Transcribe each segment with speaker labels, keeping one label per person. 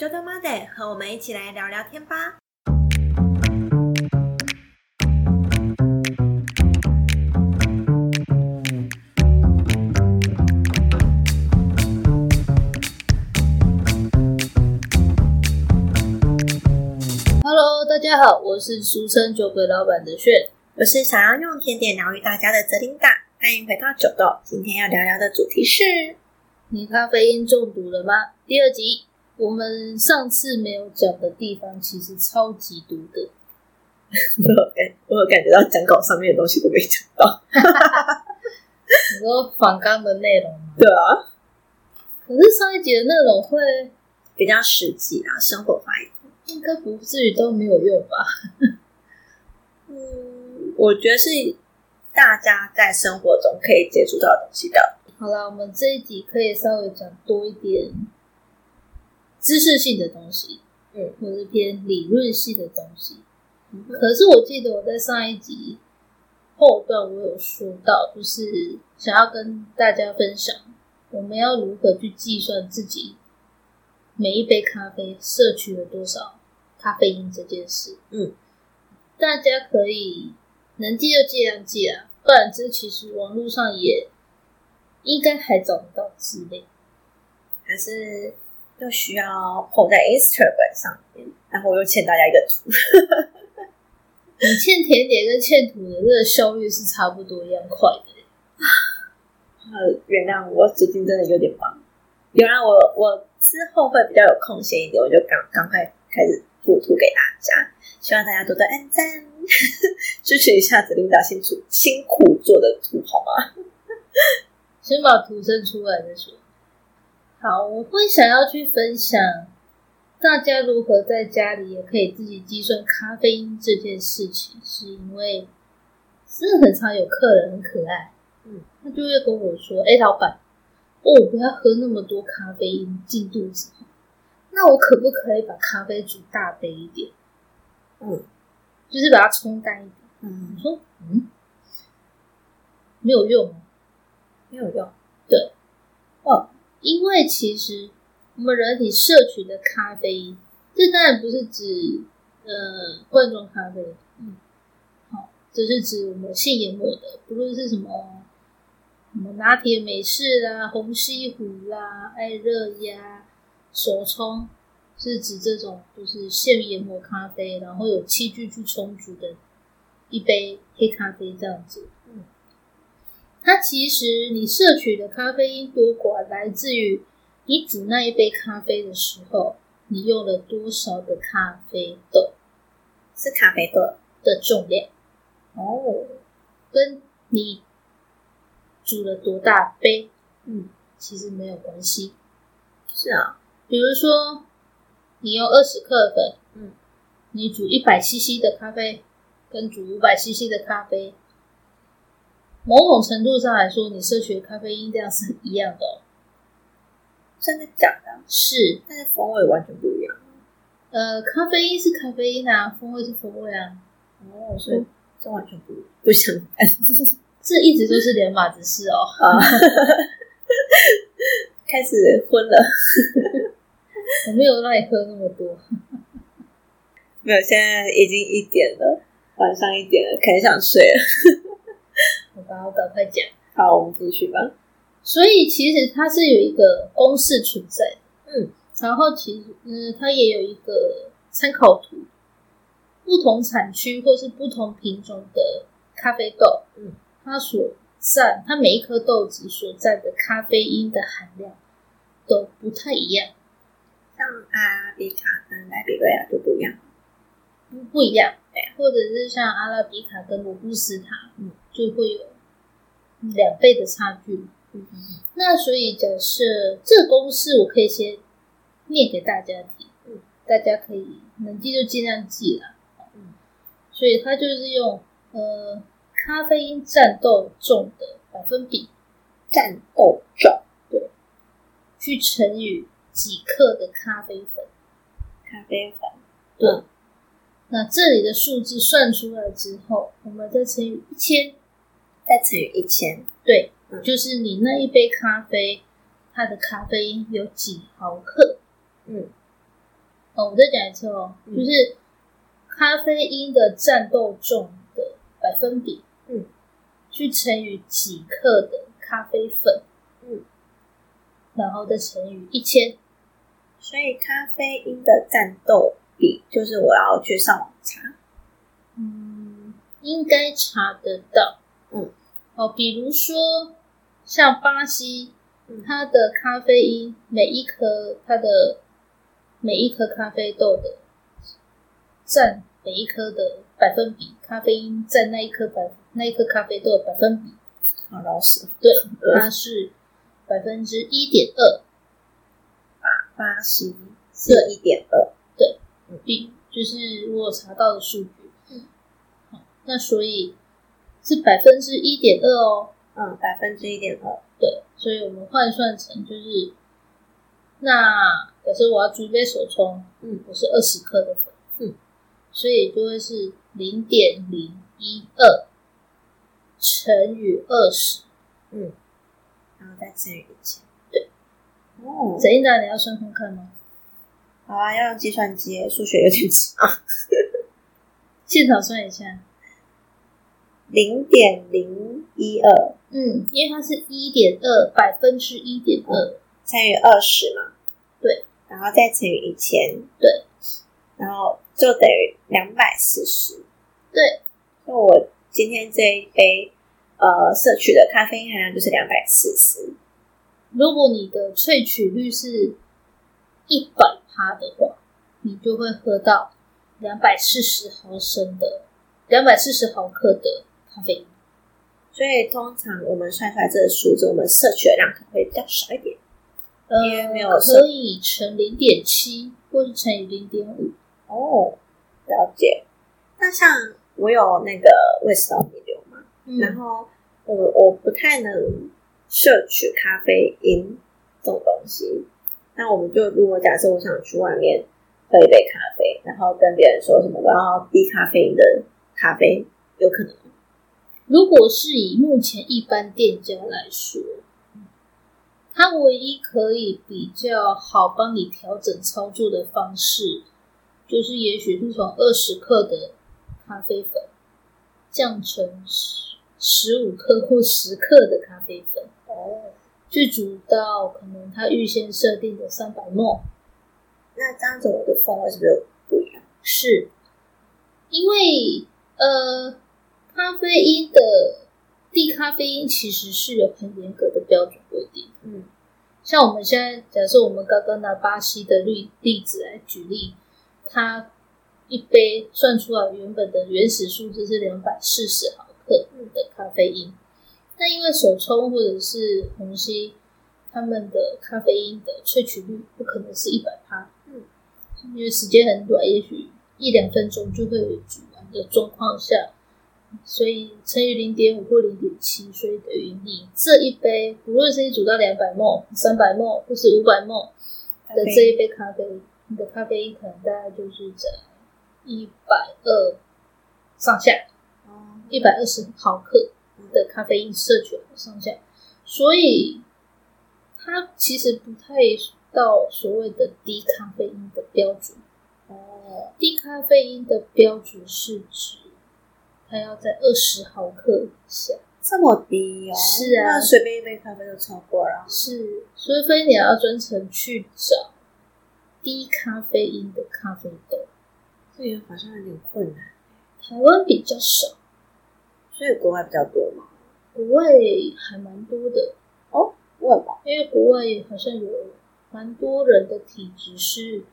Speaker 1: j o d o Monday，和我们一起来聊聊天吧。
Speaker 2: Hello，大家好，我是俗称酒鬼老板的炫。
Speaker 1: 我是想要用甜点疗愈大家的泽琳达，欢迎回到九豆。今天要聊聊的主题是，
Speaker 2: 你咖啡因中毒了吗？第二集，我们上次没有讲的地方其实超级毒的。
Speaker 1: 我有感，我有感觉到讲稿上面的东西都没讲到。
Speaker 2: 你说反纲的内容吗？
Speaker 1: 对啊，
Speaker 2: 可是上一集的内容会
Speaker 1: 比较实际啊，生活化一点。
Speaker 2: 应该不至于都没有用吧？
Speaker 1: 嗯，我觉得是大家在生活中可以接触到的东西的
Speaker 2: 好啦，我们这一集可以稍微讲多一点知识性的东西，
Speaker 1: 嗯，
Speaker 2: 或是偏理论性的东西。
Speaker 1: 嗯哼
Speaker 2: 可是我记得我在上一集后段我有说到，就是想要跟大家分享，我们要如何去计算自己每一杯咖啡摄取了多少咖啡因这件事。
Speaker 1: 嗯，
Speaker 2: 大家可以能记就尽量记啊，不然这其实网络上也应该还找得到资料。
Speaker 1: 还是又需要 po 在 Instagram 上面，然后我又欠大家一个图。
Speaker 2: 你欠甜点跟欠土的这个效率是差不多一样快的。
Speaker 1: 呃，原谅我最近真的有点忙，原谅我，我之后会比较有空闲一点，我就赶赶快开始付图给大家，希望大家多多按赞， 支持一下子琳达辛苦辛苦做的图好吗？
Speaker 2: 先把图生出来再说。好，我会想要去分享大家如何在家里也可以自己计算咖啡因这件事情，是因为真的很常有客人很可爱，
Speaker 1: 嗯，
Speaker 2: 他就会跟我说：“哎、老板，哦，我不要喝那么多咖啡因进肚子，那我可不可以把咖啡煮大杯一点？
Speaker 1: 嗯
Speaker 2: 就是把它冲淡一点？”
Speaker 1: 嗯
Speaker 2: 我，说：“嗯，没有用啊。”
Speaker 1: 没有用，
Speaker 2: 哦因为其实我们人体摄取的咖啡因，这当然不是指呃罐装咖啡，嗯，好，这是指我们现研磨的，不论是什么什么拿铁、美式啦、红西湖啦、爱热压、手冲，是指这种就是现研磨咖啡，然后有器具去冲煮的一杯黑咖啡这样子。它其实你摄取的咖啡因多寡来自于你煮那一杯咖啡的时候，你用了多少的咖啡豆
Speaker 1: 是咖啡豆
Speaker 2: 的重量，
Speaker 1: 哦，
Speaker 2: 跟你煮了多大杯
Speaker 1: 嗯，
Speaker 2: 其实没有关系。
Speaker 1: 是啊，
Speaker 2: 比如说，你用二十克粉，
Speaker 1: 嗯，
Speaker 2: 你煮一百 CC 的咖啡，跟煮五百 CC 的咖啡，某种程度上来说，你摄取的咖啡因量是一样的哦、
Speaker 1: 真的假的？
Speaker 2: 是
Speaker 1: 但是风味完全不一样
Speaker 2: 呃，咖啡因是咖啡因啊，风味是风味啊，
Speaker 1: 哦，所以这完全不不相干
Speaker 2: 这一直都是两码子事哦。
Speaker 1: 啊，开始昏了。
Speaker 2: 我没有让你喝那么多，
Speaker 1: 没有，现在已经一点了，晚上一点了，很想睡了。
Speaker 2: 好吧，我赶快讲。
Speaker 1: 好，我们继续吧。
Speaker 2: 所以其实它是有一个公式存在的，
Speaker 1: 嗯，
Speaker 2: 然后其实嗯，它也有一个参考图，不同产区或是不同品种的咖啡豆，
Speaker 1: 嗯，
Speaker 2: 它所占它每一颗豆子所占的咖啡因的含量都不太一样，
Speaker 1: 像阿拉比卡跟莱比瑞亚就不一样。
Speaker 2: 不不一样，哎或者是像阿拉比卡跟罗布斯塔，
Speaker 1: 嗯，
Speaker 2: 就会有两倍的差距。
Speaker 1: 嗯
Speaker 2: 那所以假设这个公式，我可以先念给大家听，
Speaker 1: 嗯
Speaker 2: 大家可以能记就尽量记啦。
Speaker 1: 嗯
Speaker 2: 所以它就是用呃咖啡因战斗重的百分比
Speaker 1: 战斗重，
Speaker 2: 去乘以几克的咖啡粉。
Speaker 1: 咖啡粉，
Speaker 2: 对
Speaker 1: 嗯
Speaker 2: 那这里的数字算出来之后，我们再乘以一千，
Speaker 1: 再乘以一千，
Speaker 2: 对，
Speaker 1: 嗯
Speaker 2: 就是你那一杯咖啡，它的咖啡因有几毫克？
Speaker 1: 嗯，
Speaker 2: 哦，我再讲一次哦，
Speaker 1: 嗯
Speaker 2: 就是咖啡因的战斗重的百分比，
Speaker 1: 嗯，
Speaker 2: 去乘以几克的咖啡粉，
Speaker 1: 嗯，
Speaker 2: 然后再乘以一千，
Speaker 1: 所以咖啡因的战斗比就是我要去上网查，
Speaker 2: 嗯，应该查得到。
Speaker 1: 嗯，
Speaker 2: 哦，比如说像巴西
Speaker 1: 嗯，
Speaker 2: 它的咖啡因每一颗它的每一颗咖啡豆的占每一颗的百分比，咖啡因占那一颗百那一颗咖啡豆的百分比，
Speaker 1: 好老师，
Speaker 2: 对，
Speaker 1: 呃
Speaker 2: 它是百分之一点二，
Speaker 1: 巴西是一点二，
Speaker 2: 比就是我有查到的数据。好，那所以是百分之一点二哦。
Speaker 1: 嗯，百分之一点二，
Speaker 2: 对，所以我们换算成就是，那假设我要煮一杯手冲，
Speaker 1: 嗯，
Speaker 2: 我是二十克的粉，
Speaker 1: 嗯，
Speaker 2: 所以就会是零点零一二乘以二十。
Speaker 1: 嗯然后再乘以一千，对，哦，
Speaker 2: 怎一达，你要算看看吗？
Speaker 1: 好啊，要用计算机，数学有点差，
Speaker 2: 现场算一下，
Speaker 1: 零点零一二
Speaker 2: 嗯，因为它是一点二百分之一点二，
Speaker 1: 乘以二十嘛，
Speaker 2: 对，
Speaker 1: 然后再乘以一千，
Speaker 2: 对，
Speaker 1: 然后就等于两百四十，
Speaker 2: 对，
Speaker 1: 那我今天这一杯呃摄取的咖啡因含量就是两百四十，
Speaker 2: 如果你的萃取率是一百趴的话，你就会喝到两百四十毫升的、两百四十毫克的咖啡因。
Speaker 1: 所以通常我们算出来这个数字，我们摄取的量可能会比较少一点。因为
Speaker 2: 呃，
Speaker 1: 没有
Speaker 2: 可以乘零点七，或是乘以零点五。
Speaker 1: 哦，了解。那像我有那个胃食道逆流嘛，
Speaker 2: 嗯
Speaker 1: 然后我我不太能摄取咖啡因这种东西。那我们就如果假设我想去外面喝一杯咖啡，然后跟别人说什么我要低咖啡因的咖啡，有可能吗
Speaker 2: 如果是以目前一般店家来说，它唯一可以比较好帮你调整操作的方式，就是也许是从二十克的咖啡粉降成十五克或十克的咖啡粉，
Speaker 1: 哦。
Speaker 2: 去煮到可能它预先设定的三百沫。
Speaker 1: 那这样子我的风味是不是不一样？
Speaker 2: 是，因为呃，咖啡因的低咖啡因其实是有很严格的标准规定。
Speaker 1: 嗯
Speaker 2: 像我们现在，假设我们刚刚拿巴西的例例子来举例，它一杯算出来原本的原始数字是两百四十毫克的咖啡因，那因为手冲或者是虹吸，他们的咖啡因的萃取率不可能是一百趴，
Speaker 1: 嗯，
Speaker 2: 因为时间很短，也许一两分钟就会煮完的状况下，所以乘以零点五或零点七，所以等于你这一杯，无论是你煮到两百沫、三百沫或是五百沫的这一杯咖啡，你的咖啡因可能大概就是在一百二上下，
Speaker 1: 哦，
Speaker 2: 一百二十毫克的咖啡因摄取上下，所以它其实不太到所谓的低咖啡因的标准。
Speaker 1: 哦，
Speaker 2: 低咖啡因的标准是指它要在二十毫克以下。
Speaker 1: 这么低哦，
Speaker 2: 是啊
Speaker 1: 那随便一杯咖啡就超过了。
Speaker 2: 是，除非你要专程去找低咖啡因的咖啡豆，
Speaker 1: 这个好像有点困难，
Speaker 2: 台湾比较少，
Speaker 1: 所以国外比较多嘛。
Speaker 2: 国外还蛮多的，
Speaker 1: 问哦吧，
Speaker 2: 因为国外好像有蛮多人的体质是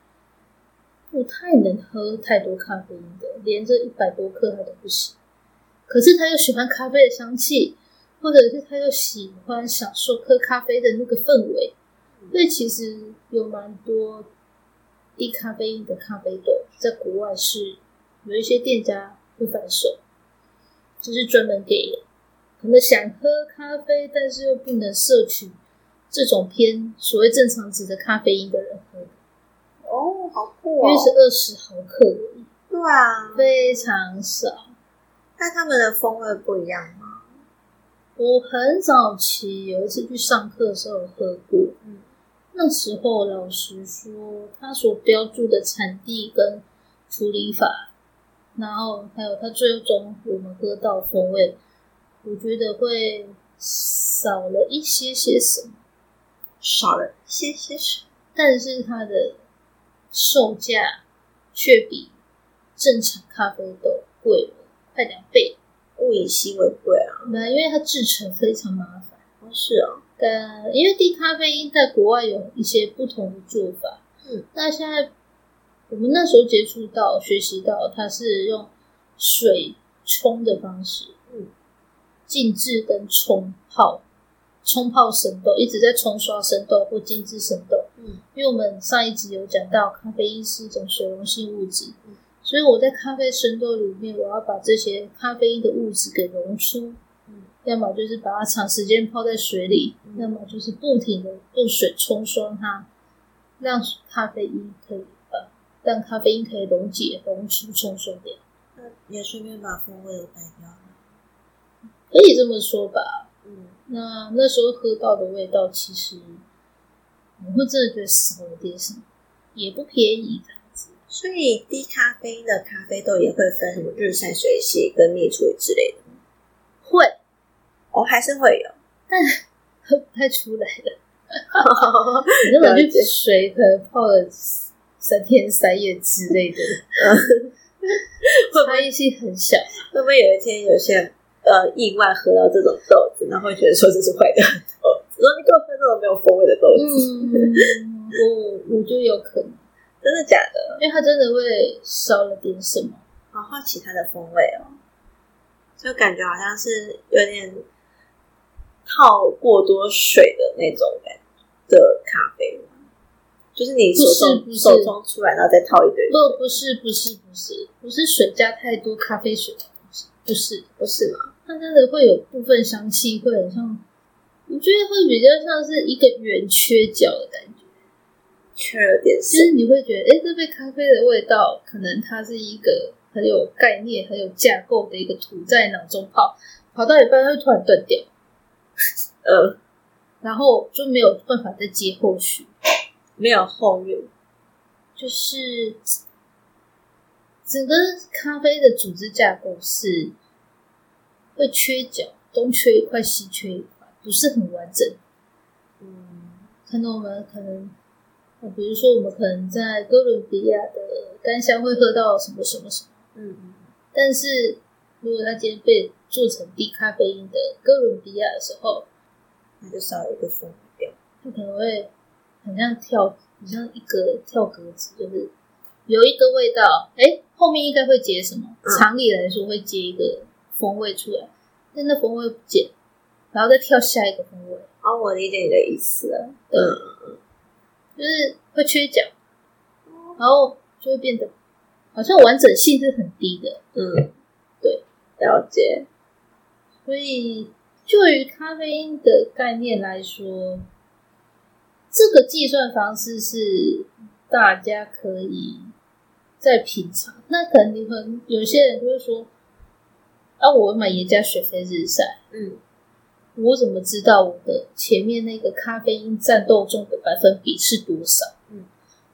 Speaker 2: 不太能喝太多咖啡因的，连这一百多克他都不行。可是他又喜欢咖啡的香气，或者是他又喜欢享受喝咖啡的那个氛围，所以其实有蛮多低咖啡因的咖啡豆，在国外是有一些店家会贩售，就是专门给可能想喝咖啡，但是又不能摄取这种偏所谓正常值的咖啡因的人喝，
Speaker 1: 哦，好酷
Speaker 2: 因
Speaker 1: 哦
Speaker 2: 为！是二十毫克而已，
Speaker 1: 对啊，
Speaker 2: 非常少。
Speaker 1: 那他们的风味不一样吗？
Speaker 2: 我很早期有一次去上课的时候有喝过，
Speaker 1: 嗯
Speaker 2: 那时候老实说，他所标注的产地跟处理法，然后还有他最终我们喝到风味，我觉得会少了一些些什么，
Speaker 1: 少了些些什么。
Speaker 2: 但是它的售价却比正常咖啡豆贵了快两倍。
Speaker 1: 物以稀为贵啊，
Speaker 2: 那因为它制成非常麻烦，
Speaker 1: 不是哦，
Speaker 2: 但因为低咖啡因在国外有一些不同的做法。
Speaker 1: 嗯，
Speaker 2: 那现在我们那时候接触到、学习到，它是用水冲的方式，
Speaker 1: 嗯，
Speaker 2: 静置跟冲泡，冲泡生豆，一直在冲刷生豆或静置生豆。
Speaker 1: 嗯，
Speaker 2: 因为我们上一集有讲到咖啡因是一种水溶性物质
Speaker 1: 嗯，
Speaker 2: 所以我在咖啡生豆里面，我要把这些咖啡因的物质给溶出
Speaker 1: 嗯，
Speaker 2: 要么就是把它长时间泡在水里
Speaker 1: 嗯，
Speaker 2: 要么就是不停的用水冲刷它，让咖啡因可以呃，让咖啡因可以溶解、溶出、冲刷掉，
Speaker 1: 那也顺便把风味都带掉了。
Speaker 2: 可以这么说吧。
Speaker 1: 嗯，
Speaker 2: 那那时候喝到的味道，其实我会真的觉得少了点什么，也不便宜这样子。
Speaker 1: 所以低咖啡因的咖啡豆也会分什么日晒水洗跟蜜处理之类的，
Speaker 2: 会
Speaker 1: 哦，还是会有。
Speaker 2: 喝不太出来的，你根本
Speaker 1: 了
Speaker 2: 就
Speaker 1: 解
Speaker 2: 水可能泡了三天三夜之类的，差异性很小。
Speaker 1: 会不会有一天有些人呃意外喝到这种豆子，然后会觉得说这是坏掉的豆子，说你给我喝这种没有风味的豆子，
Speaker 2: 嗯，我我觉得有可能，
Speaker 1: 真的假的？
Speaker 2: 因为它真的会少了点什么。
Speaker 1: 好好奇它的风味哦，就感觉好像是有点泡过多水的那种感的咖啡，就是你手
Speaker 2: 不
Speaker 1: 冲
Speaker 2: 是
Speaker 1: 手冲出来，然后再套一堆，
Speaker 2: 不，不是，不是，不是，不是水加太多咖啡水的东西，不是。
Speaker 1: 不是吗？
Speaker 2: 它真的会有部分香气会很像，我觉得会比较像是一个圆缺角的感觉，
Speaker 1: 缺了点
Speaker 2: 就
Speaker 1: 什
Speaker 2: 是你会觉得，哎、这杯咖啡的味道，可能它是一个很有概念、很有架构的一个图在脑中跑，跑到一半会突然断掉，
Speaker 1: 呃，
Speaker 2: 然后就没有办法再接后续，
Speaker 1: 没有后韵，
Speaker 2: 就是整个咖啡的组织架构是会缺角，东缺一块，西缺一块，不是很完整。
Speaker 1: 嗯，
Speaker 2: 看到我们可能，呃比如说我们可能在哥伦比亚的干香会喝到什么什么什么，
Speaker 1: 嗯，
Speaker 2: 但是如果它今天被做成低咖啡因的哥伦比亚的时候，
Speaker 1: 那就少一个风味掉，
Speaker 2: 它可能会很像跳，很像一格跳格子，就是有一个味道，哎，后面应该会接什么？
Speaker 1: 嗯
Speaker 2: 常理来说会接一个风味出来，但那风味不见，然后再跳下一个风味，
Speaker 1: 哦，我理解你的意思了，
Speaker 2: 对
Speaker 1: 嗯，
Speaker 2: 就是会缺角，然后就会变得好像完整性是很低的。
Speaker 1: 嗯，
Speaker 2: 对，
Speaker 1: 了解，
Speaker 2: 所以就于咖啡因的概念来说，这个计算方式是大家可以在品尝。那可能你可能有些人就会说，啊，我买耶加雪菲日晒。
Speaker 1: 嗯，
Speaker 2: 我怎么知道我的前面那个咖啡因战斗中的百分比是多少？
Speaker 1: 嗯，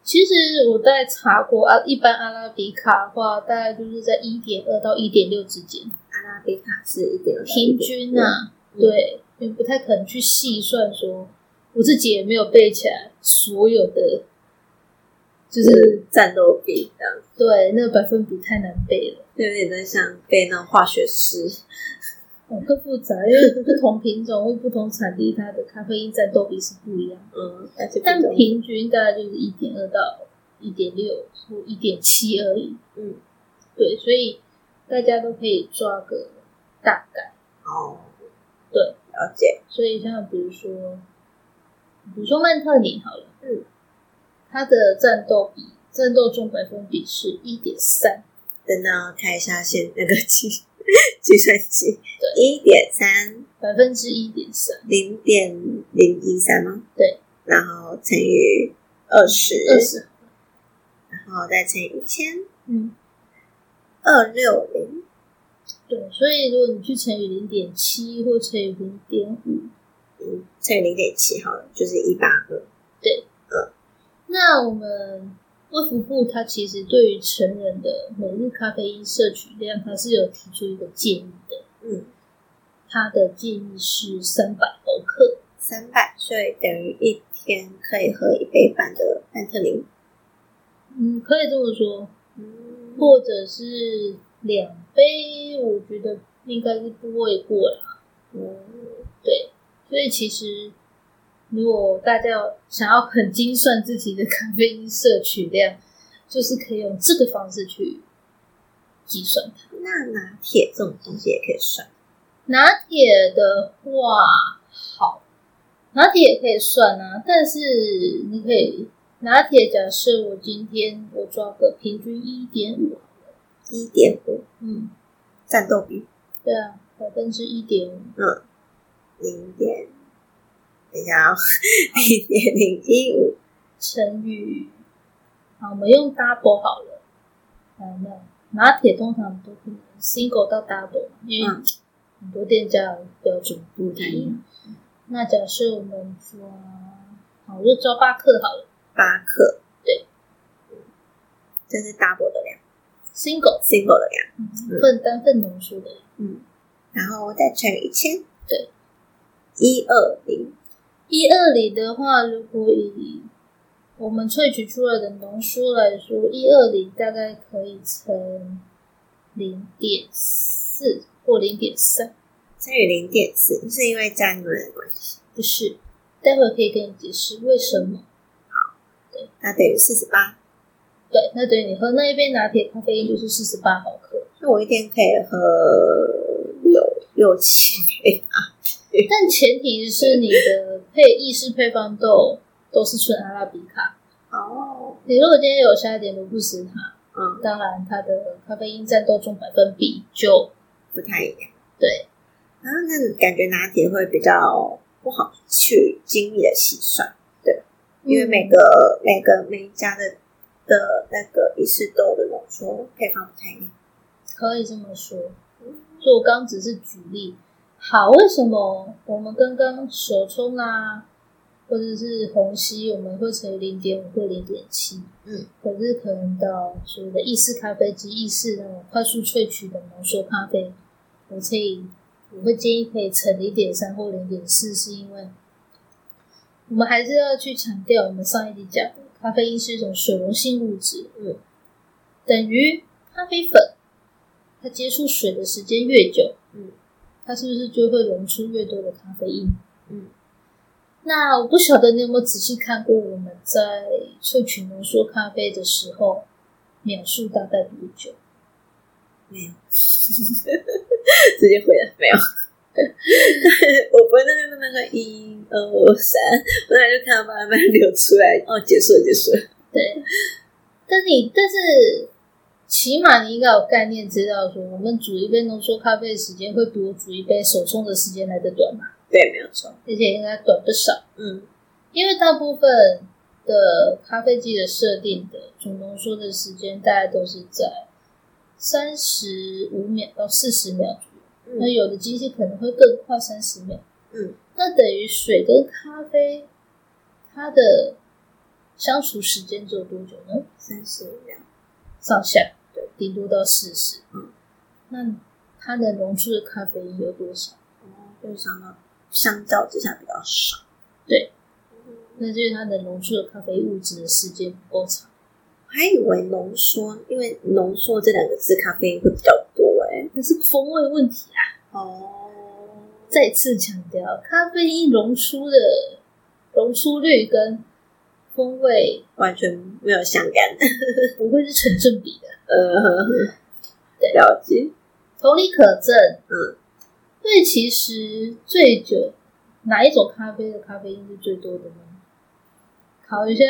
Speaker 2: 其实我在查过啊，一般阿拉比卡的话，大概就是在一点二到一点六之间，
Speaker 1: 阿拉比卡是一点
Speaker 2: 平均呐、
Speaker 1: 嗯
Speaker 2: 对，也不太可能去细算说，我自己也没有背起来所有的，就
Speaker 1: 就是是嗯战斗比这样。
Speaker 2: 对那个百分比太难背了，
Speaker 1: 有点在像背那种化学诗，
Speaker 2: 哦，更复杂，因为不同品种或不同产地，它的咖啡因战斗比是不一样的。
Speaker 1: 嗯，而且
Speaker 2: 但
Speaker 1: 不懂
Speaker 2: 平均大概就是一点二到一点六或一点七而已。
Speaker 1: 嗯，
Speaker 2: 对，所以大家都可以抓个大概。
Speaker 1: 哦，
Speaker 2: 对，
Speaker 1: 了解，
Speaker 2: 所以像比如说，比如说曼特宁好了，
Speaker 1: 嗯，
Speaker 2: 它的战斗比战斗中百分比是一点三，
Speaker 1: 等到开一下现那个计 计算机，一点三
Speaker 2: 百分之一点三，
Speaker 1: 零点零一三吗？
Speaker 2: 对，
Speaker 1: 然后乘以二十，
Speaker 2: 二十，
Speaker 1: 然后再乘以一千
Speaker 2: 嗯，
Speaker 1: 二六零，
Speaker 2: 对，所以如果你去乘以零点七或乘以零点五，
Speaker 1: 嗯，乘以零点七好了，就是一八二，
Speaker 2: 对，那我们卫福部它其实对于成人的每日咖啡因摄取量，它是有提出一个建议的。
Speaker 1: 嗯，
Speaker 2: 它的建议是三百毫克。
Speaker 1: 三百，所以等于一天可以喝一杯半的安特林。
Speaker 2: 嗯，可以这么说，
Speaker 1: 嗯，
Speaker 2: 或者是两杯，我觉得应该是不为过啦。
Speaker 1: 哦
Speaker 2: 对，所以其实如果大家想要很精算自己的咖啡因摄取量，就是可以用这个方式去计算它。
Speaker 1: 那拿铁这种东西也可以算。
Speaker 2: 拿铁的话，好，拿铁也可以算啊，但是你可以拿铁，假设我今天我抓个平均一点五，
Speaker 1: 一点五
Speaker 2: 嗯，
Speaker 1: 战斗比嗯
Speaker 2: 对啊，百分之一点五，
Speaker 1: 零点，等一下哦，零点零 一五
Speaker 2: 成语，好，我们用 double 好了。好，那拿铁通常都可能 single 到 double，因为
Speaker 1: 嗯
Speaker 2: 很多店家的标准不太一样。那假设我们抓，好，我就抓八克好了
Speaker 1: 八克。嗯
Speaker 2: 对，
Speaker 1: 这是 double 的量
Speaker 2: ，single，
Speaker 1: ，single 的量。
Speaker 2: 嗯份单份浓缩的，
Speaker 1: 嗯，然后再乘以一千。
Speaker 2: 对，
Speaker 1: 一二零。
Speaker 2: 一二里的话，如果以我们萃取出来的浓缩来说，一二里大概可以乘零点四或零点三，
Speaker 1: 乘以零点四，是因为加你们的关系，
Speaker 2: 不是。待会可以跟你解释为什么。
Speaker 1: 那等于四十八。
Speaker 2: 对，那等于你喝那一杯拿铁，咖啡因就是四十八毫克。
Speaker 1: 那我一天可以喝六六七杯，
Speaker 2: 但前提是你的配意式配方豆都是纯阿拉比卡。
Speaker 1: 哦，
Speaker 2: 你如果今天有加一点罗布斯塔，
Speaker 1: 嗯，
Speaker 2: 当然它的咖啡因占豆中百分比就
Speaker 1: 不太一样。
Speaker 2: 对，
Speaker 1: 然后啊那感觉拿铁会比较不好去精密的细算，因为每个、每个每一家的的那个意式豆的浓缩配方不太一样。
Speaker 2: 可以这么说。所以我刚只是举例。好，为什么我们刚刚手冲啊，或者是虹吸，我们会乘以零点五或零点七？
Speaker 1: 嗯，
Speaker 2: 可是可能到所谓的意式咖啡机、意式那种快速萃取的浓缩咖啡，我可以，我会建议可以乘零点三或零点四，是因为我们还是要去强调我们上一集讲的，咖啡因是一种水溶性物质，
Speaker 1: 嗯，
Speaker 2: 等于咖啡粉，它接触水的时间越久，
Speaker 1: 嗯，
Speaker 2: 它是不是就会溶出越多的咖啡因？
Speaker 1: 嗯，
Speaker 2: 那我不晓得你有没有仔细看过我们在萃取浓缩咖啡的时候，秒数大概多久？
Speaker 1: 没有，直接回答没有。 我不会在那边慢慢说一二三，我那就看到慢慢流出来，哦，结束了，结束了。
Speaker 2: 对，但你但是起码你应该有概念，知道说我们煮一杯浓缩咖啡的时间会比我煮一杯手冲的时间来的短嘛，
Speaker 1: 对，没有错。
Speaker 2: 而且应该短不少。
Speaker 1: 嗯
Speaker 2: 因为大部分的咖啡机的设定的总浓缩的时间大概都是在三十五秒到四十秒左右，那
Speaker 1: 嗯
Speaker 2: 有的机器可能会更快三十秒。
Speaker 1: 嗯，
Speaker 2: 那等于水跟咖啡它的相处时间只有多久呢？
Speaker 1: 三十秒。
Speaker 2: 上下，对，顶多到四十。
Speaker 1: 嗯，
Speaker 2: 那它能溶出的咖啡因有多少？
Speaker 1: 哦，就是相到相较之下比较少。
Speaker 2: 对
Speaker 1: 嗯，
Speaker 2: 那就是它能溶出的咖啡物质的时间不够长。
Speaker 1: 我还以为浓缩，因为浓缩这两个字咖啡因会比较多哎、
Speaker 2: 那是风味问题啊！
Speaker 1: 哦，
Speaker 2: 再次强调，咖啡因溶出的溶出率跟风味
Speaker 1: 完全没有相干。
Speaker 2: 不会是成正比的。
Speaker 1: 呃，了解。
Speaker 2: 同理可证，
Speaker 1: 嗯，
Speaker 2: 所以其实最久哪一种咖啡的咖啡因是最多的呢？考一下，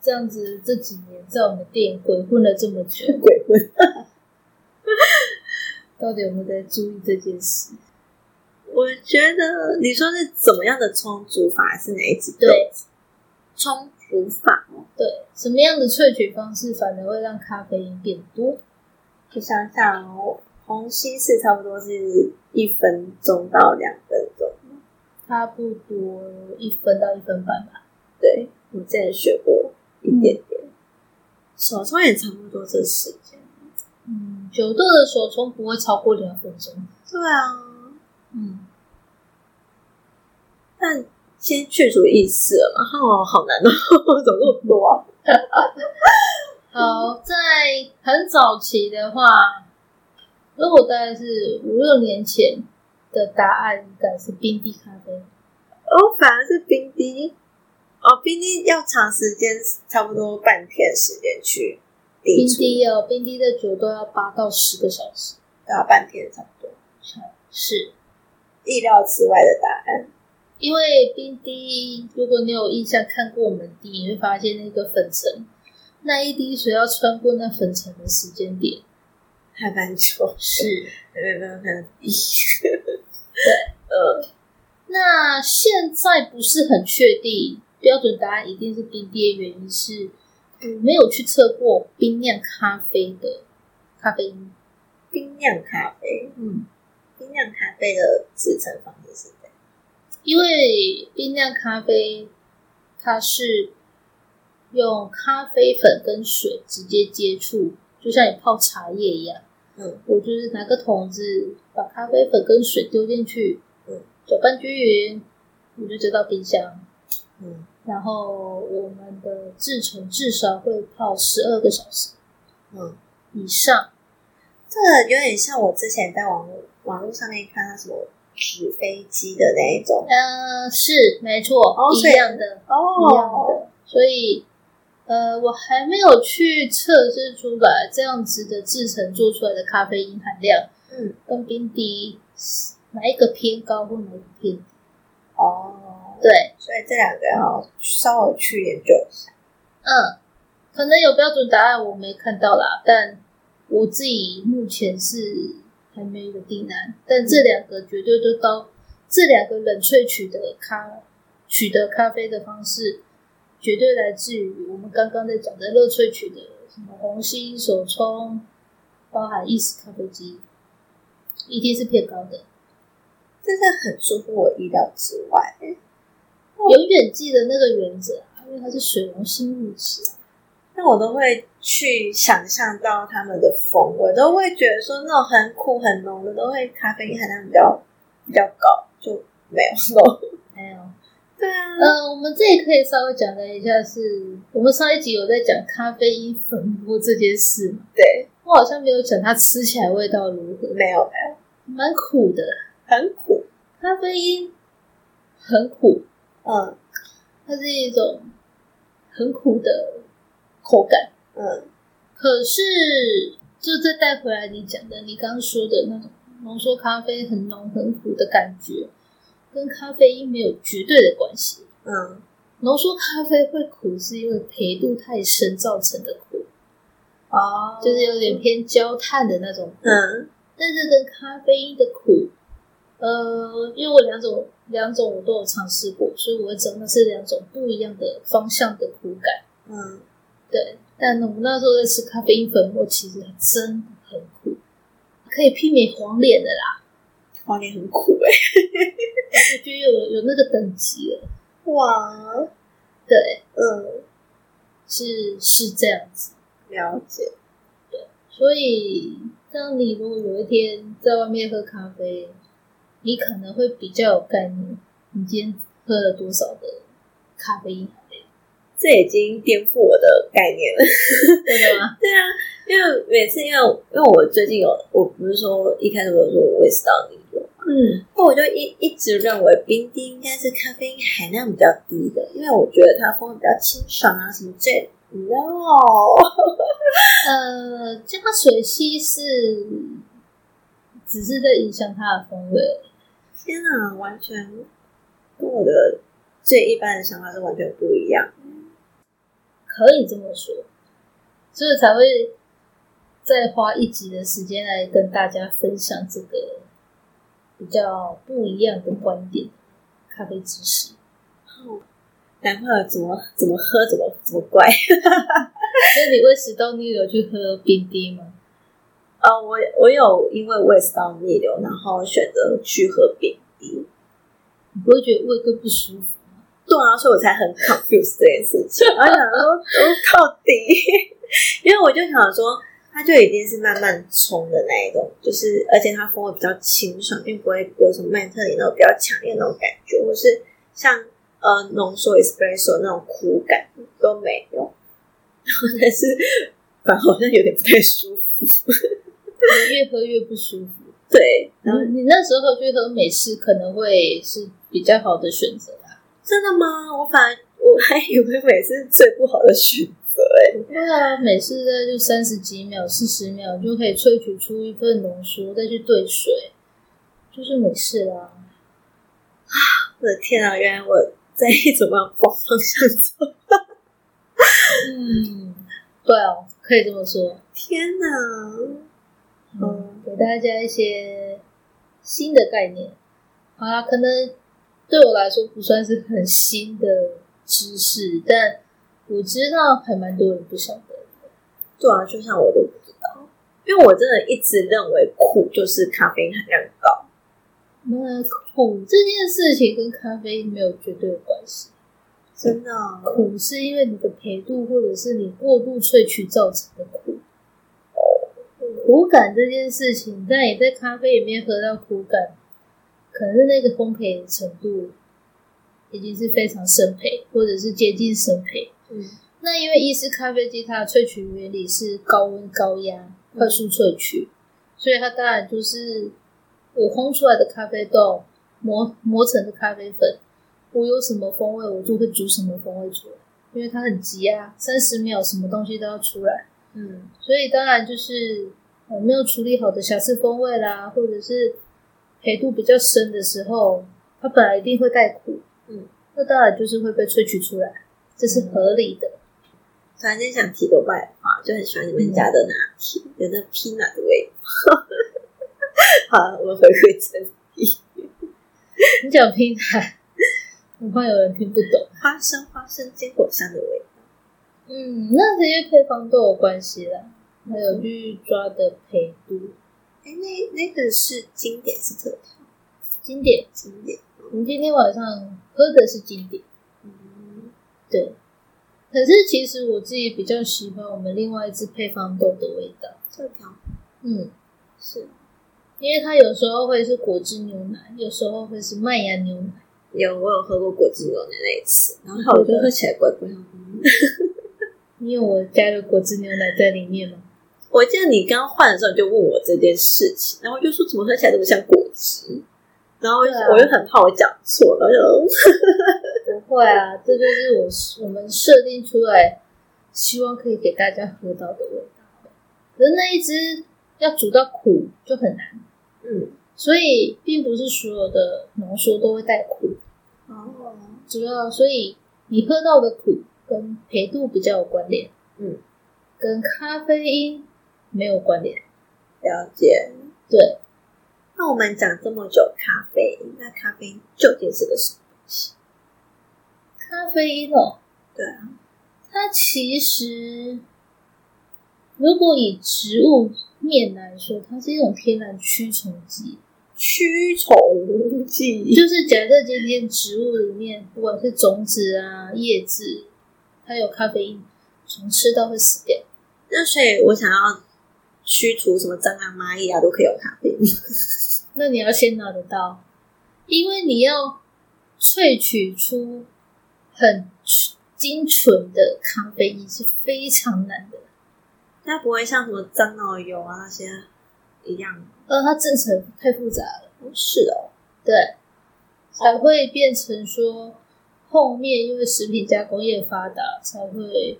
Speaker 2: 这样子这几年在我们店鬼混了这么久，
Speaker 1: 鬼混。
Speaker 2: 到底有没有在注意这件事？
Speaker 1: 我觉得你说是怎么样的冲煮法是哪一支？
Speaker 2: 对，
Speaker 1: 冲煮法哦，
Speaker 2: 对，什么样的萃取方式反而会让咖啡因变多？
Speaker 1: 我想想哦，虹吸是差不多是一分钟到两分钟。
Speaker 2: 差不多一分到一分半吧。
Speaker 1: 对我之前学过，一点点。手冲也差不多这时间。
Speaker 2: 嗯，酒豆的手冲不会超过两分钟。
Speaker 1: 对啊，
Speaker 2: 嗯，
Speaker 1: 但先去除意识了嘛，哦， 好难哦，怎么那么多啊？
Speaker 2: 好，在很早期的话，如果大概是五六年前的答案应该是冰滴咖啡。
Speaker 1: 哦，反而是冰滴，哦，冰滴要长时间，差不多半天时间去
Speaker 2: 冰
Speaker 1: 滴出，
Speaker 2: 滴哦，冰滴的酒都要八到十个小时。
Speaker 1: 对啊，半天差不多。
Speaker 2: 是，
Speaker 1: 意料之外的答案，
Speaker 2: 因为冰滴，如果你有印象看过我们滴，你会发现那个粉尘，那一滴水要穿过那粉尘的时间点
Speaker 1: 还蛮久，
Speaker 2: 是。
Speaker 1: 没有没有没有滴。
Speaker 2: 那现在不是很确定标准答案一定是冰滴的原因是，我没有去测过冰酿咖啡的咖啡因。
Speaker 1: 冰酿咖啡，
Speaker 2: 嗯，
Speaker 1: 冰酿咖啡的制成方式是怎样？
Speaker 2: 因为冰酿咖啡它是用咖啡粉跟水直接接触，就像你泡茶叶一样。
Speaker 1: 嗯，
Speaker 2: 我就是拿个桶子把咖啡粉跟水丢进去，
Speaker 1: 嗯
Speaker 2: 搅拌均匀，我就丢到冰箱。
Speaker 1: 嗯
Speaker 2: 然后我们的制成至少会泡十二个小时
Speaker 1: 嗯，
Speaker 2: 以上。
Speaker 1: 这个有点像我之前在网络网络上面看到什么纸飞机的那一种
Speaker 2: 呃，是没错，
Speaker 1: 哦
Speaker 2: 一
Speaker 1: 所以哦
Speaker 2: 样的，一样的。所以，呃，我还没有去测试出来这样子的制成做出来的咖啡因含量
Speaker 1: 嗯
Speaker 2: 跟冰滴哪一个偏高或哪一个偏低。
Speaker 1: 哦，
Speaker 2: 对，
Speaker 1: 所以这两个要稍微去研究一下。
Speaker 2: 嗯，可能有标准答案，我没看到啦，但我自己目前是还没有一个定案。但这两个绝对都高，这两个冷萃取的咖取得咖啡的方式，绝对来自于我们刚刚在讲的热萃取的什么虹吸、手冲，包含意式咖啡机，一定是偏高的。
Speaker 1: 这是很出乎我意料之外，
Speaker 2: 永远记得那个原则啊，因为它是水溶性物质啊。
Speaker 1: 那我都会去想象到他们的风味，都会觉得说那种很苦很浓的，都会咖啡因含量比较比较高，就没有浓。
Speaker 2: 还有
Speaker 1: 对啊，
Speaker 2: 呃，我们这里可以稍微讲了一下是，我们上一集有在讲咖啡因粉末这件事嘛？
Speaker 1: 对，
Speaker 2: 我好像没有讲它吃起来味道如何，
Speaker 1: 没有没有，
Speaker 2: 蛮苦的。
Speaker 1: 很苦。
Speaker 2: 咖啡因很苦，
Speaker 1: 嗯
Speaker 2: 它是一种很苦的口感。
Speaker 1: 嗯
Speaker 2: 可是，就再带回来你讲的，你刚刚说的那种浓缩咖啡很浓很苦的感觉，跟咖啡因没有绝对的关系。
Speaker 1: 嗯，
Speaker 2: 浓缩咖啡会苦，是因为焙度太深造成的苦，
Speaker 1: 哦
Speaker 2: 就是有点偏焦炭的那种苦。
Speaker 1: 嗯
Speaker 2: 但是跟咖啡因的苦，呃，因为我两种两种我都有尝试过，所以我会知道那是两种不一样的方向的苦感。
Speaker 1: 嗯，
Speaker 2: 对，但我那时候在吃咖啡因粉末，其实真的很苦，可以媲美黄脸的啦，
Speaker 1: 黄连很苦哎、
Speaker 2: 我觉得有有那个等级了。
Speaker 1: 哇，
Speaker 2: 对，
Speaker 1: 嗯，
Speaker 2: 是是这样子。
Speaker 1: 了解。
Speaker 2: 所以，当你如果有一天在外面喝咖啡，你可能会比较有概念，你今天喝了多少的咖啡因含量，
Speaker 1: 这已经颠覆我的概念了。
Speaker 2: 真的吗？
Speaker 1: 对啊，因为每次因为因为我最近有，我不是说一开始我说我胃食道逆流，
Speaker 2: 嗯，
Speaker 1: 那我就一一直认为冰滴应该是咖啡因含量比较低的，因为我觉得它风味比较清爽啊什么之类的。No，
Speaker 2: 呃，加水稀释只是在影响它的风味而已，
Speaker 1: 天啊，完全跟我的最一般的想法是完全不一样。
Speaker 2: 可以这么说，所以才会再花一集的时间来跟大家分享这个比较不一样的观点，咖啡知识。
Speaker 1: 难怪怎么怎么喝怎么怎么怪。
Speaker 2: 那你胃食道逆流去喝冰滴吗？
Speaker 1: 呃，我我有因为胃食道逆流，然后选择去喝冰滴。
Speaker 2: 你不会觉得胃更不舒服吗？
Speaker 1: 对啊，所以我才很 confused 这件事 情。我想说，哦，到底， 因为我就想说，它就已经是慢慢冲的那一种，就是而且它风味比较清爽，因为不会有什么曼特里那种比较强烈的那种感觉，或是像呃浓缩 espresso 那种苦感都没有。但是，反而好像有点不太舒服。
Speaker 2: 越喝越不舒服。
Speaker 1: 对，然
Speaker 2: 然
Speaker 1: 后
Speaker 2: 后你那时候去喝美式，可能会是比较好的选择啊。
Speaker 1: 真的吗？我反而我还以为美是最不好的选择哎、
Speaker 2: 不会啊，美式大概就三十几秒、四十秒，你就可以萃取出一份浓缩，再去兑水，就是美式啦、
Speaker 1: 我的天啊！原来我在一直往往方向走。
Speaker 2: 嗯，对哦，可以这么说。
Speaker 1: 天哪！
Speaker 2: 嗯，给大家一些新的概念。好啦，可能对我来说不算是很新的知识，但我知道还蛮多人不晓得。
Speaker 1: 对啊，就像我都不知道，因为我真的一直认为苦就是咖啡因含量高。
Speaker 2: 那苦这件事情跟咖啡没有绝对的关系，
Speaker 1: 真的哦
Speaker 2: 苦是因为你的陪度或者是你过度萃取造成的苦。苦感这件事情，在你在咖啡里面喝到苦感，可能是那个烘焙的程度已经是非常生焙，或者是接近生焙。
Speaker 1: 嗯
Speaker 2: 那因为意式咖啡机它的萃取原理是高温高压
Speaker 1: 嗯
Speaker 2: 快速萃取，所以它当然就是我烘出来的咖啡豆磨磨成的咖啡粉，我有什么风味我就会煮什么风味出来，因为它很急啊，三十秒什么东西都要出来，
Speaker 1: 嗯，
Speaker 2: 所以当然就是我没有处理好的瑕疵风味啦，或者是焙度比较深的时候，它本来一定会带苦，
Speaker 1: 嗯，
Speaker 2: 那当然就是会被萃取出来，这是合理的。
Speaker 1: 突然间想提个外话，就很喜欢你们家的拿铁，有那 peanut 的味道。 好，我们回归正题
Speaker 2: 你讲平台， 我怕有人听不懂。
Speaker 1: 花生花生坚果香的味道。
Speaker 2: 嗯，那这些配方都有关系啦，还有去抓的陪读
Speaker 1: 哎，那那个是经典是特调
Speaker 2: 经典。
Speaker 1: 经典。
Speaker 2: 我们今天晚上喝的是经典，
Speaker 1: 嗯，
Speaker 2: 对。可是其实我自己比较喜欢我们另外一支配方豆的味道，
Speaker 1: 特调
Speaker 2: 嗯，
Speaker 1: 是
Speaker 2: 因为它有时候会是果汁牛奶，有时候会是麦芽牛奶。
Speaker 1: 有我有喝过果汁牛奶那一次，然后
Speaker 2: 嗯
Speaker 1: 我就喝起来怪怪的。
Speaker 2: 你有我加了果汁牛奶在里面吗？
Speaker 1: 我记得你刚换的时候你就问我这件事情，然后我就说怎么喝起来这么像果汁，然后我就
Speaker 2: 对啊
Speaker 1: 我又很怕我讲错，然后就
Speaker 2: 不会啊，这就是我我们设定出来，希望可以给大家喝到的味道。可是那一支要煮到苦就很难，
Speaker 1: 嗯，
Speaker 2: 所以并不是所有的浓缩都会带苦，
Speaker 1: 哦，
Speaker 2: 主要所以你喝到的苦跟陪度比较有关联，
Speaker 1: 嗯，
Speaker 2: 跟咖啡因没有关联。
Speaker 1: 了解。
Speaker 2: 对，
Speaker 1: 那我们讲这么久咖啡因，那咖啡因究竟是个什么？
Speaker 2: 咖啡因哦，
Speaker 1: 对啊，
Speaker 2: 它其实如果以植物面来说，它是一种天然驱虫剂。
Speaker 1: 驱虫剂。
Speaker 2: 就是假设今天植物里面，不管是种子啊、叶子，它有咖啡因，虫吃到会死掉。
Speaker 1: 那所以我想要驱除什么蟑螂、蚂蚁啊，都可以用咖啡因。
Speaker 2: 那你要先拿得到，因为你要萃取出很精纯的咖啡因是非常难的。
Speaker 1: 它不会像什么樟脑油啊那些一样。
Speaker 2: 呃，它制成太复杂了，
Speaker 1: 哦是哦，
Speaker 2: 对，才会变成说后面因为食品加工业发达才会，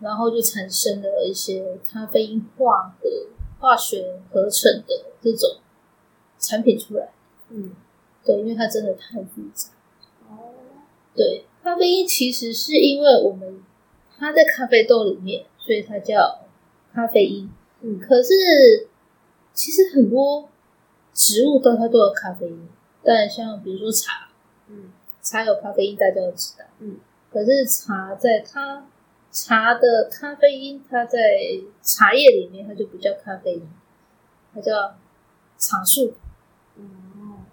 Speaker 2: 然后就产生了一些咖啡因化合化学合成的这种产品出来。
Speaker 1: 嗯，
Speaker 2: 对，因为它真的太复杂。
Speaker 1: 哦，
Speaker 2: 对，咖啡因其实是因为我们它在咖啡豆里面，所以它叫咖啡因。
Speaker 1: 嗯，
Speaker 2: 可是其实很多植物都它都有咖啡因，但像比如说茶，
Speaker 1: 嗯，
Speaker 2: 茶有咖啡因，大家都知道。
Speaker 1: 嗯，
Speaker 2: 可是茶在它茶的咖啡因，它在茶叶里面它就不叫咖啡因，它叫茶树。
Speaker 1: 哦，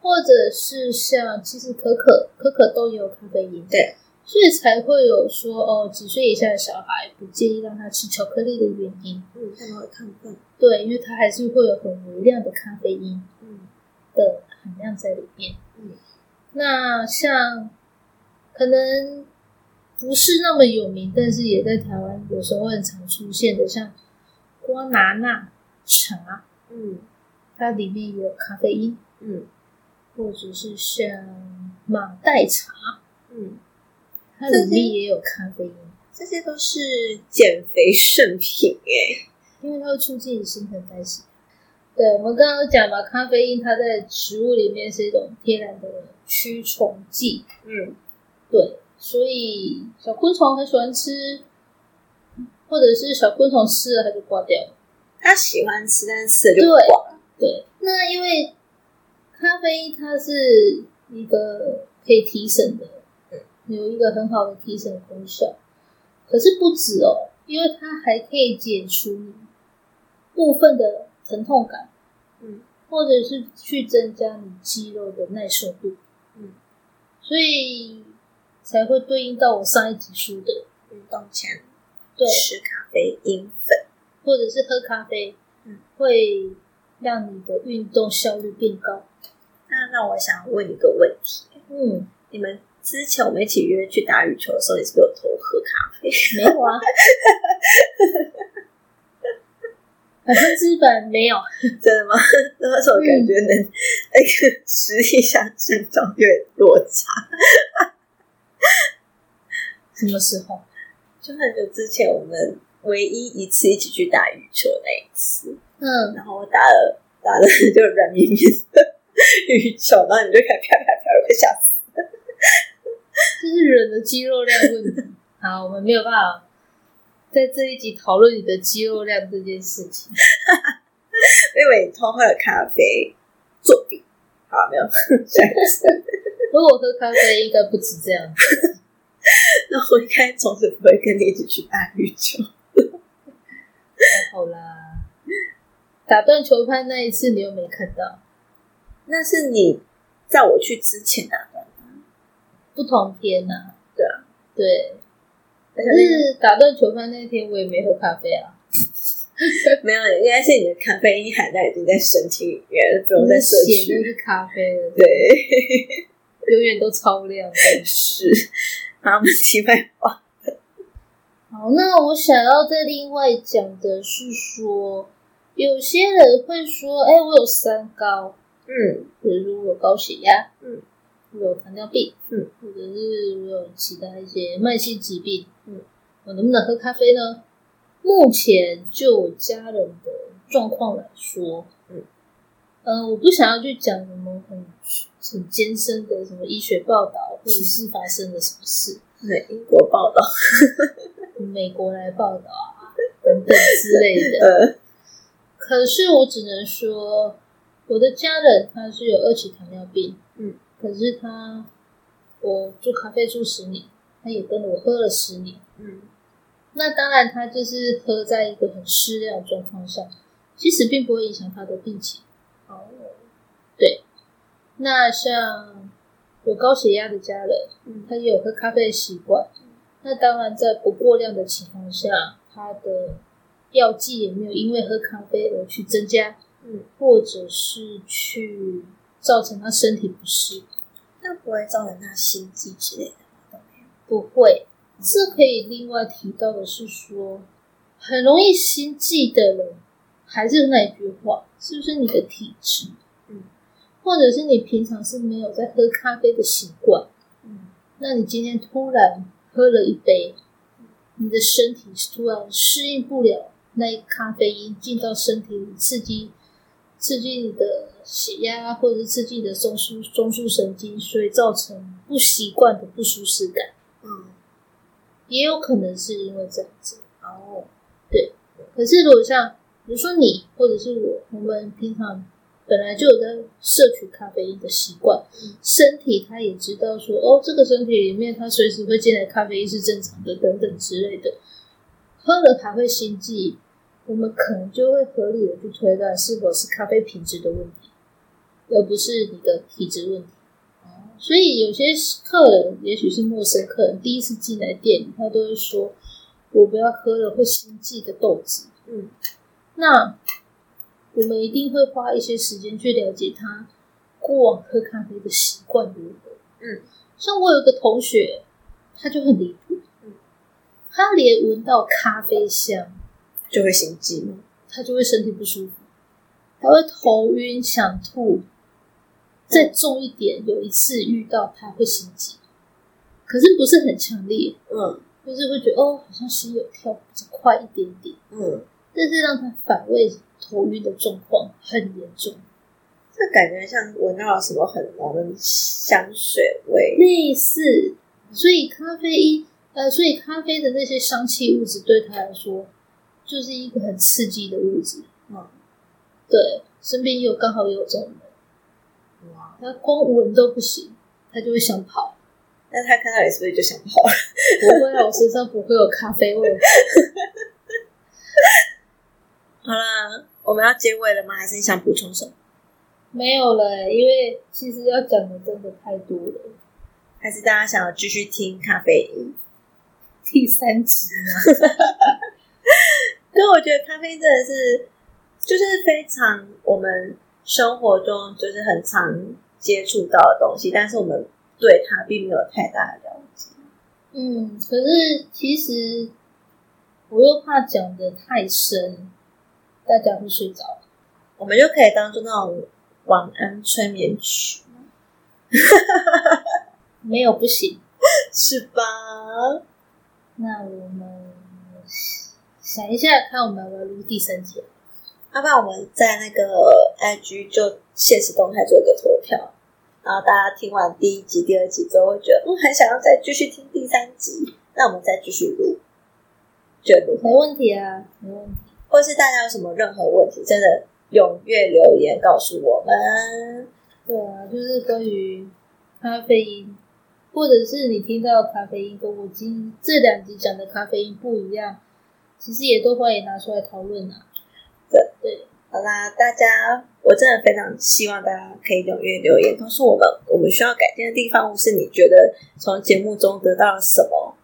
Speaker 2: 或者是像其实可可可可豆也有咖啡因，
Speaker 1: 对，
Speaker 2: 所以才会有说哦，几岁以下的小孩不建议让他吃巧克力的原因，
Speaker 1: 嗯，他们会亢奋，
Speaker 2: 对，因为它还是会有很微量的咖啡因
Speaker 1: 嗯
Speaker 2: 的含量在里面。
Speaker 1: 嗯，
Speaker 2: 那像可能不是那么有名，但是也在台湾有时候很常出现的，像瓜拿纳茶，
Speaker 1: 嗯
Speaker 2: 它里面也有咖啡因，
Speaker 1: 嗯
Speaker 2: 或者是像马黛茶，
Speaker 1: 嗯，
Speaker 2: 它里面也有咖啡因，
Speaker 1: 这些都是减肥圣品哎、
Speaker 2: 因为它会促进新陈代谢。对，我们刚刚讲嘛，咖啡因它在食物里面是一种天然的驱虫剂，
Speaker 1: 嗯
Speaker 2: 对，所以小昆虫很喜欢吃，或者是小昆虫吃了它就挂掉了。
Speaker 1: 他喜欢吃，但是吃了就
Speaker 2: 对
Speaker 1: 挂，
Speaker 2: 对，那因为咖啡因它是一个可以提神的，有一个很好的提神功效。可是不止哦，因为它还可以解除你部分的疼痛感，
Speaker 1: 嗯
Speaker 2: 或者是去增加你肌肉的耐受度，
Speaker 1: 嗯，
Speaker 2: 所以才会对应到我上一集说的，
Speaker 1: 运动前
Speaker 2: 对，
Speaker 1: 吃咖啡因粉，
Speaker 2: 或者是喝咖啡，
Speaker 1: 嗯，
Speaker 2: 会让你的运动效率变高。
Speaker 1: 那让我想问一个问题，
Speaker 2: 嗯，
Speaker 1: 你们之前我们一起约去打羽球的时候，你是不是有偷喝咖啡？
Speaker 2: 没有 啊，百分之百没有。
Speaker 1: 真的吗？那时候感觉能那个实力相相当有点落差。
Speaker 2: 什么时候？
Speaker 1: 就很久之前，我们唯一一次一起去打羽球那一次，
Speaker 2: 嗯，
Speaker 1: 然后我打了打了就软绵绵的羽球，然后你就开始啪啪啪，我就吓死。
Speaker 2: 这是人的肌肉量 问题。好，我们没有办法在这一集讨论你的肌肉量这件事情。
Speaker 1: 我以为你偷喝了咖啡作弊，好没有？ 下一次
Speaker 2: 如果我喝咖啡，应该不止这样。
Speaker 1: 那我应该从此不会跟你一起去打羽球。
Speaker 2: 还好啦，打断球拍那一次你又没看到，
Speaker 1: 那是你在我去之前啊打的，
Speaker 2: 不同天呐、
Speaker 1: 对啊，
Speaker 2: 对。
Speaker 1: 而
Speaker 2: 可
Speaker 1: 且那
Speaker 2: 是打断球拍那天，我也没喝咖啡啊。
Speaker 1: 个没有，应该是你的咖啡因含量已经在身体里面，不用再摄
Speaker 2: 写
Speaker 1: 取
Speaker 2: 的。是咖啡了，
Speaker 1: 对。
Speaker 2: 永远都超量。
Speaker 1: 是，然后题外话，
Speaker 2: 好，那我想要再另外讲的是说，有些人会说，哎、我有三高，
Speaker 1: 嗯
Speaker 2: 比如说我有高血压，
Speaker 1: 嗯，
Speaker 2: 我有糖尿病，
Speaker 1: 嗯，
Speaker 2: 或者是我有其他一些慢性疾病，
Speaker 1: 嗯，
Speaker 2: 我能不能喝咖啡呢？目前就我家人的状况来说，
Speaker 1: 嗯，
Speaker 2: 呃，我不想要去讲什么很很艰深的什么医学报道，或者是发生了什么事，
Speaker 1: 对英国报道，
Speaker 2: 美国来报道啊等等之类的。
Speaker 1: 呃，
Speaker 2: 可是我只能说，我的家人他是有二期糖尿病，
Speaker 1: 嗯，
Speaker 2: 可是他我住咖啡住十年，他也跟着我喝了十年。
Speaker 1: 嗯
Speaker 2: 那当然，他就是喝在一个很适量的状况下，其实并不会影响他的病情。哦，对。那像有高血压的家人，
Speaker 1: 嗯
Speaker 2: 他也有喝咖啡的习惯。那当然，在不过量的情况下，他的药剂也没有因为喝咖啡而去增加，
Speaker 1: 嗯，
Speaker 2: 或者是去造成他身体不适，
Speaker 1: 那不会造成他心悸之类的吗？
Speaker 2: 不会。这可以另外提到的是说，很容易心悸的人，还是那一句话，是不是你的体质？
Speaker 1: 嗯，
Speaker 2: 或者是你平常是没有在喝咖啡的习惯，
Speaker 1: 嗯
Speaker 2: 那你今天突然喝了一杯，你的身体突然适应不了那一咖啡因进到身体里，刺激刺激你的血压，或者是刺激你的中枢中枢神经，所以造成不习惯的不舒适感，
Speaker 1: 嗯，
Speaker 2: 也有可能是因为这样子。
Speaker 1: 哦，
Speaker 2: 可是如果像比如说你或者是我，我们平常本来就有在摄取咖啡因的习惯，
Speaker 1: 嗯
Speaker 2: 身体它也知道说哦，这个身体里面它随时会进来咖啡因是正常的，等等之类的。喝了还会心悸，我们可能就会合理的去推断是否是咖啡品质的问题。而不是你的体质问题。所以有些客人，也许是陌生客人，第一次进来店里，他都会说：“我不要喝了会心悸的豆子。”嗯，那我们一定会花一些时间去了解他过往喝咖啡的习惯如何。嗯，像我有个同学，他就很离谱，嗯，他连闻到咖啡香
Speaker 1: 就会心悸吗？
Speaker 2: 他就会身体不舒服，他会头晕、想吐。再重一点，有一次遇到他会心悸，可是不是很强烈，
Speaker 1: 嗯
Speaker 2: 就是会觉得哦，好像心有跳比较快一点点，
Speaker 1: 嗯，
Speaker 2: 但是让他反胃、头晕的状况很严重，
Speaker 1: 这感觉像闻到了什么很浓的香水味。
Speaker 2: 类似，所以咖啡因，呃，所以咖啡的那些香气物质对他来说就是一个很刺激的物质。
Speaker 1: 嗯，
Speaker 2: 对，身边也有刚好也有这种人，
Speaker 1: 哇！
Speaker 2: 他光闻都不行，他就会想跑。
Speaker 1: 那他看到你是不是就想跑了？
Speaker 2: 不会啊，我身上不会有咖啡味。
Speaker 1: 好啦，我们要结尾了吗？还是你想补充什么？
Speaker 2: 没有了、因为其实要讲的真的太多了。
Speaker 1: 还是大家想要继续听咖啡因？
Speaker 2: 第三集呢？
Speaker 1: 因为我觉得咖啡真的是，就是非常我们生活中就是很常接触到的东西，但是我们对它并没有太大的了解。
Speaker 2: 嗯，可是其实我又怕讲的太深，大家会睡着。
Speaker 1: 我们就可以当做那种晚安催眠曲，
Speaker 2: 没有不行。
Speaker 1: 是吧？
Speaker 2: 那我们想一下，看我们要不要录第三集啊？
Speaker 1: 要不然我们在那个 IG 就现实动态做一个投票，然后大家听完第一集、第二集之后，会觉得嗯，很想要再继续听第三集，那我们再继续录，觉得如何
Speaker 2: 没问题啊，没问题。
Speaker 1: 或是大家有什么任何问题，真的踊跃留言告诉我们。
Speaker 2: 对啊，就是关于咖啡因，或者是你听到咖啡因跟我今这两集讲的咖啡因不一样，其实也都欢迎拿出来讨论啊。
Speaker 1: 好啦，大家，我真的非常希望大家可以踊跃留言，告诉我们我们需要改进的地方，或是你觉得从节目中得到了什么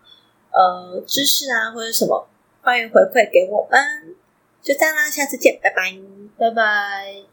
Speaker 1: 呃知识啊，或者什么，欢迎回馈给我们。就这样啦，下次见，拜拜。
Speaker 2: 拜拜。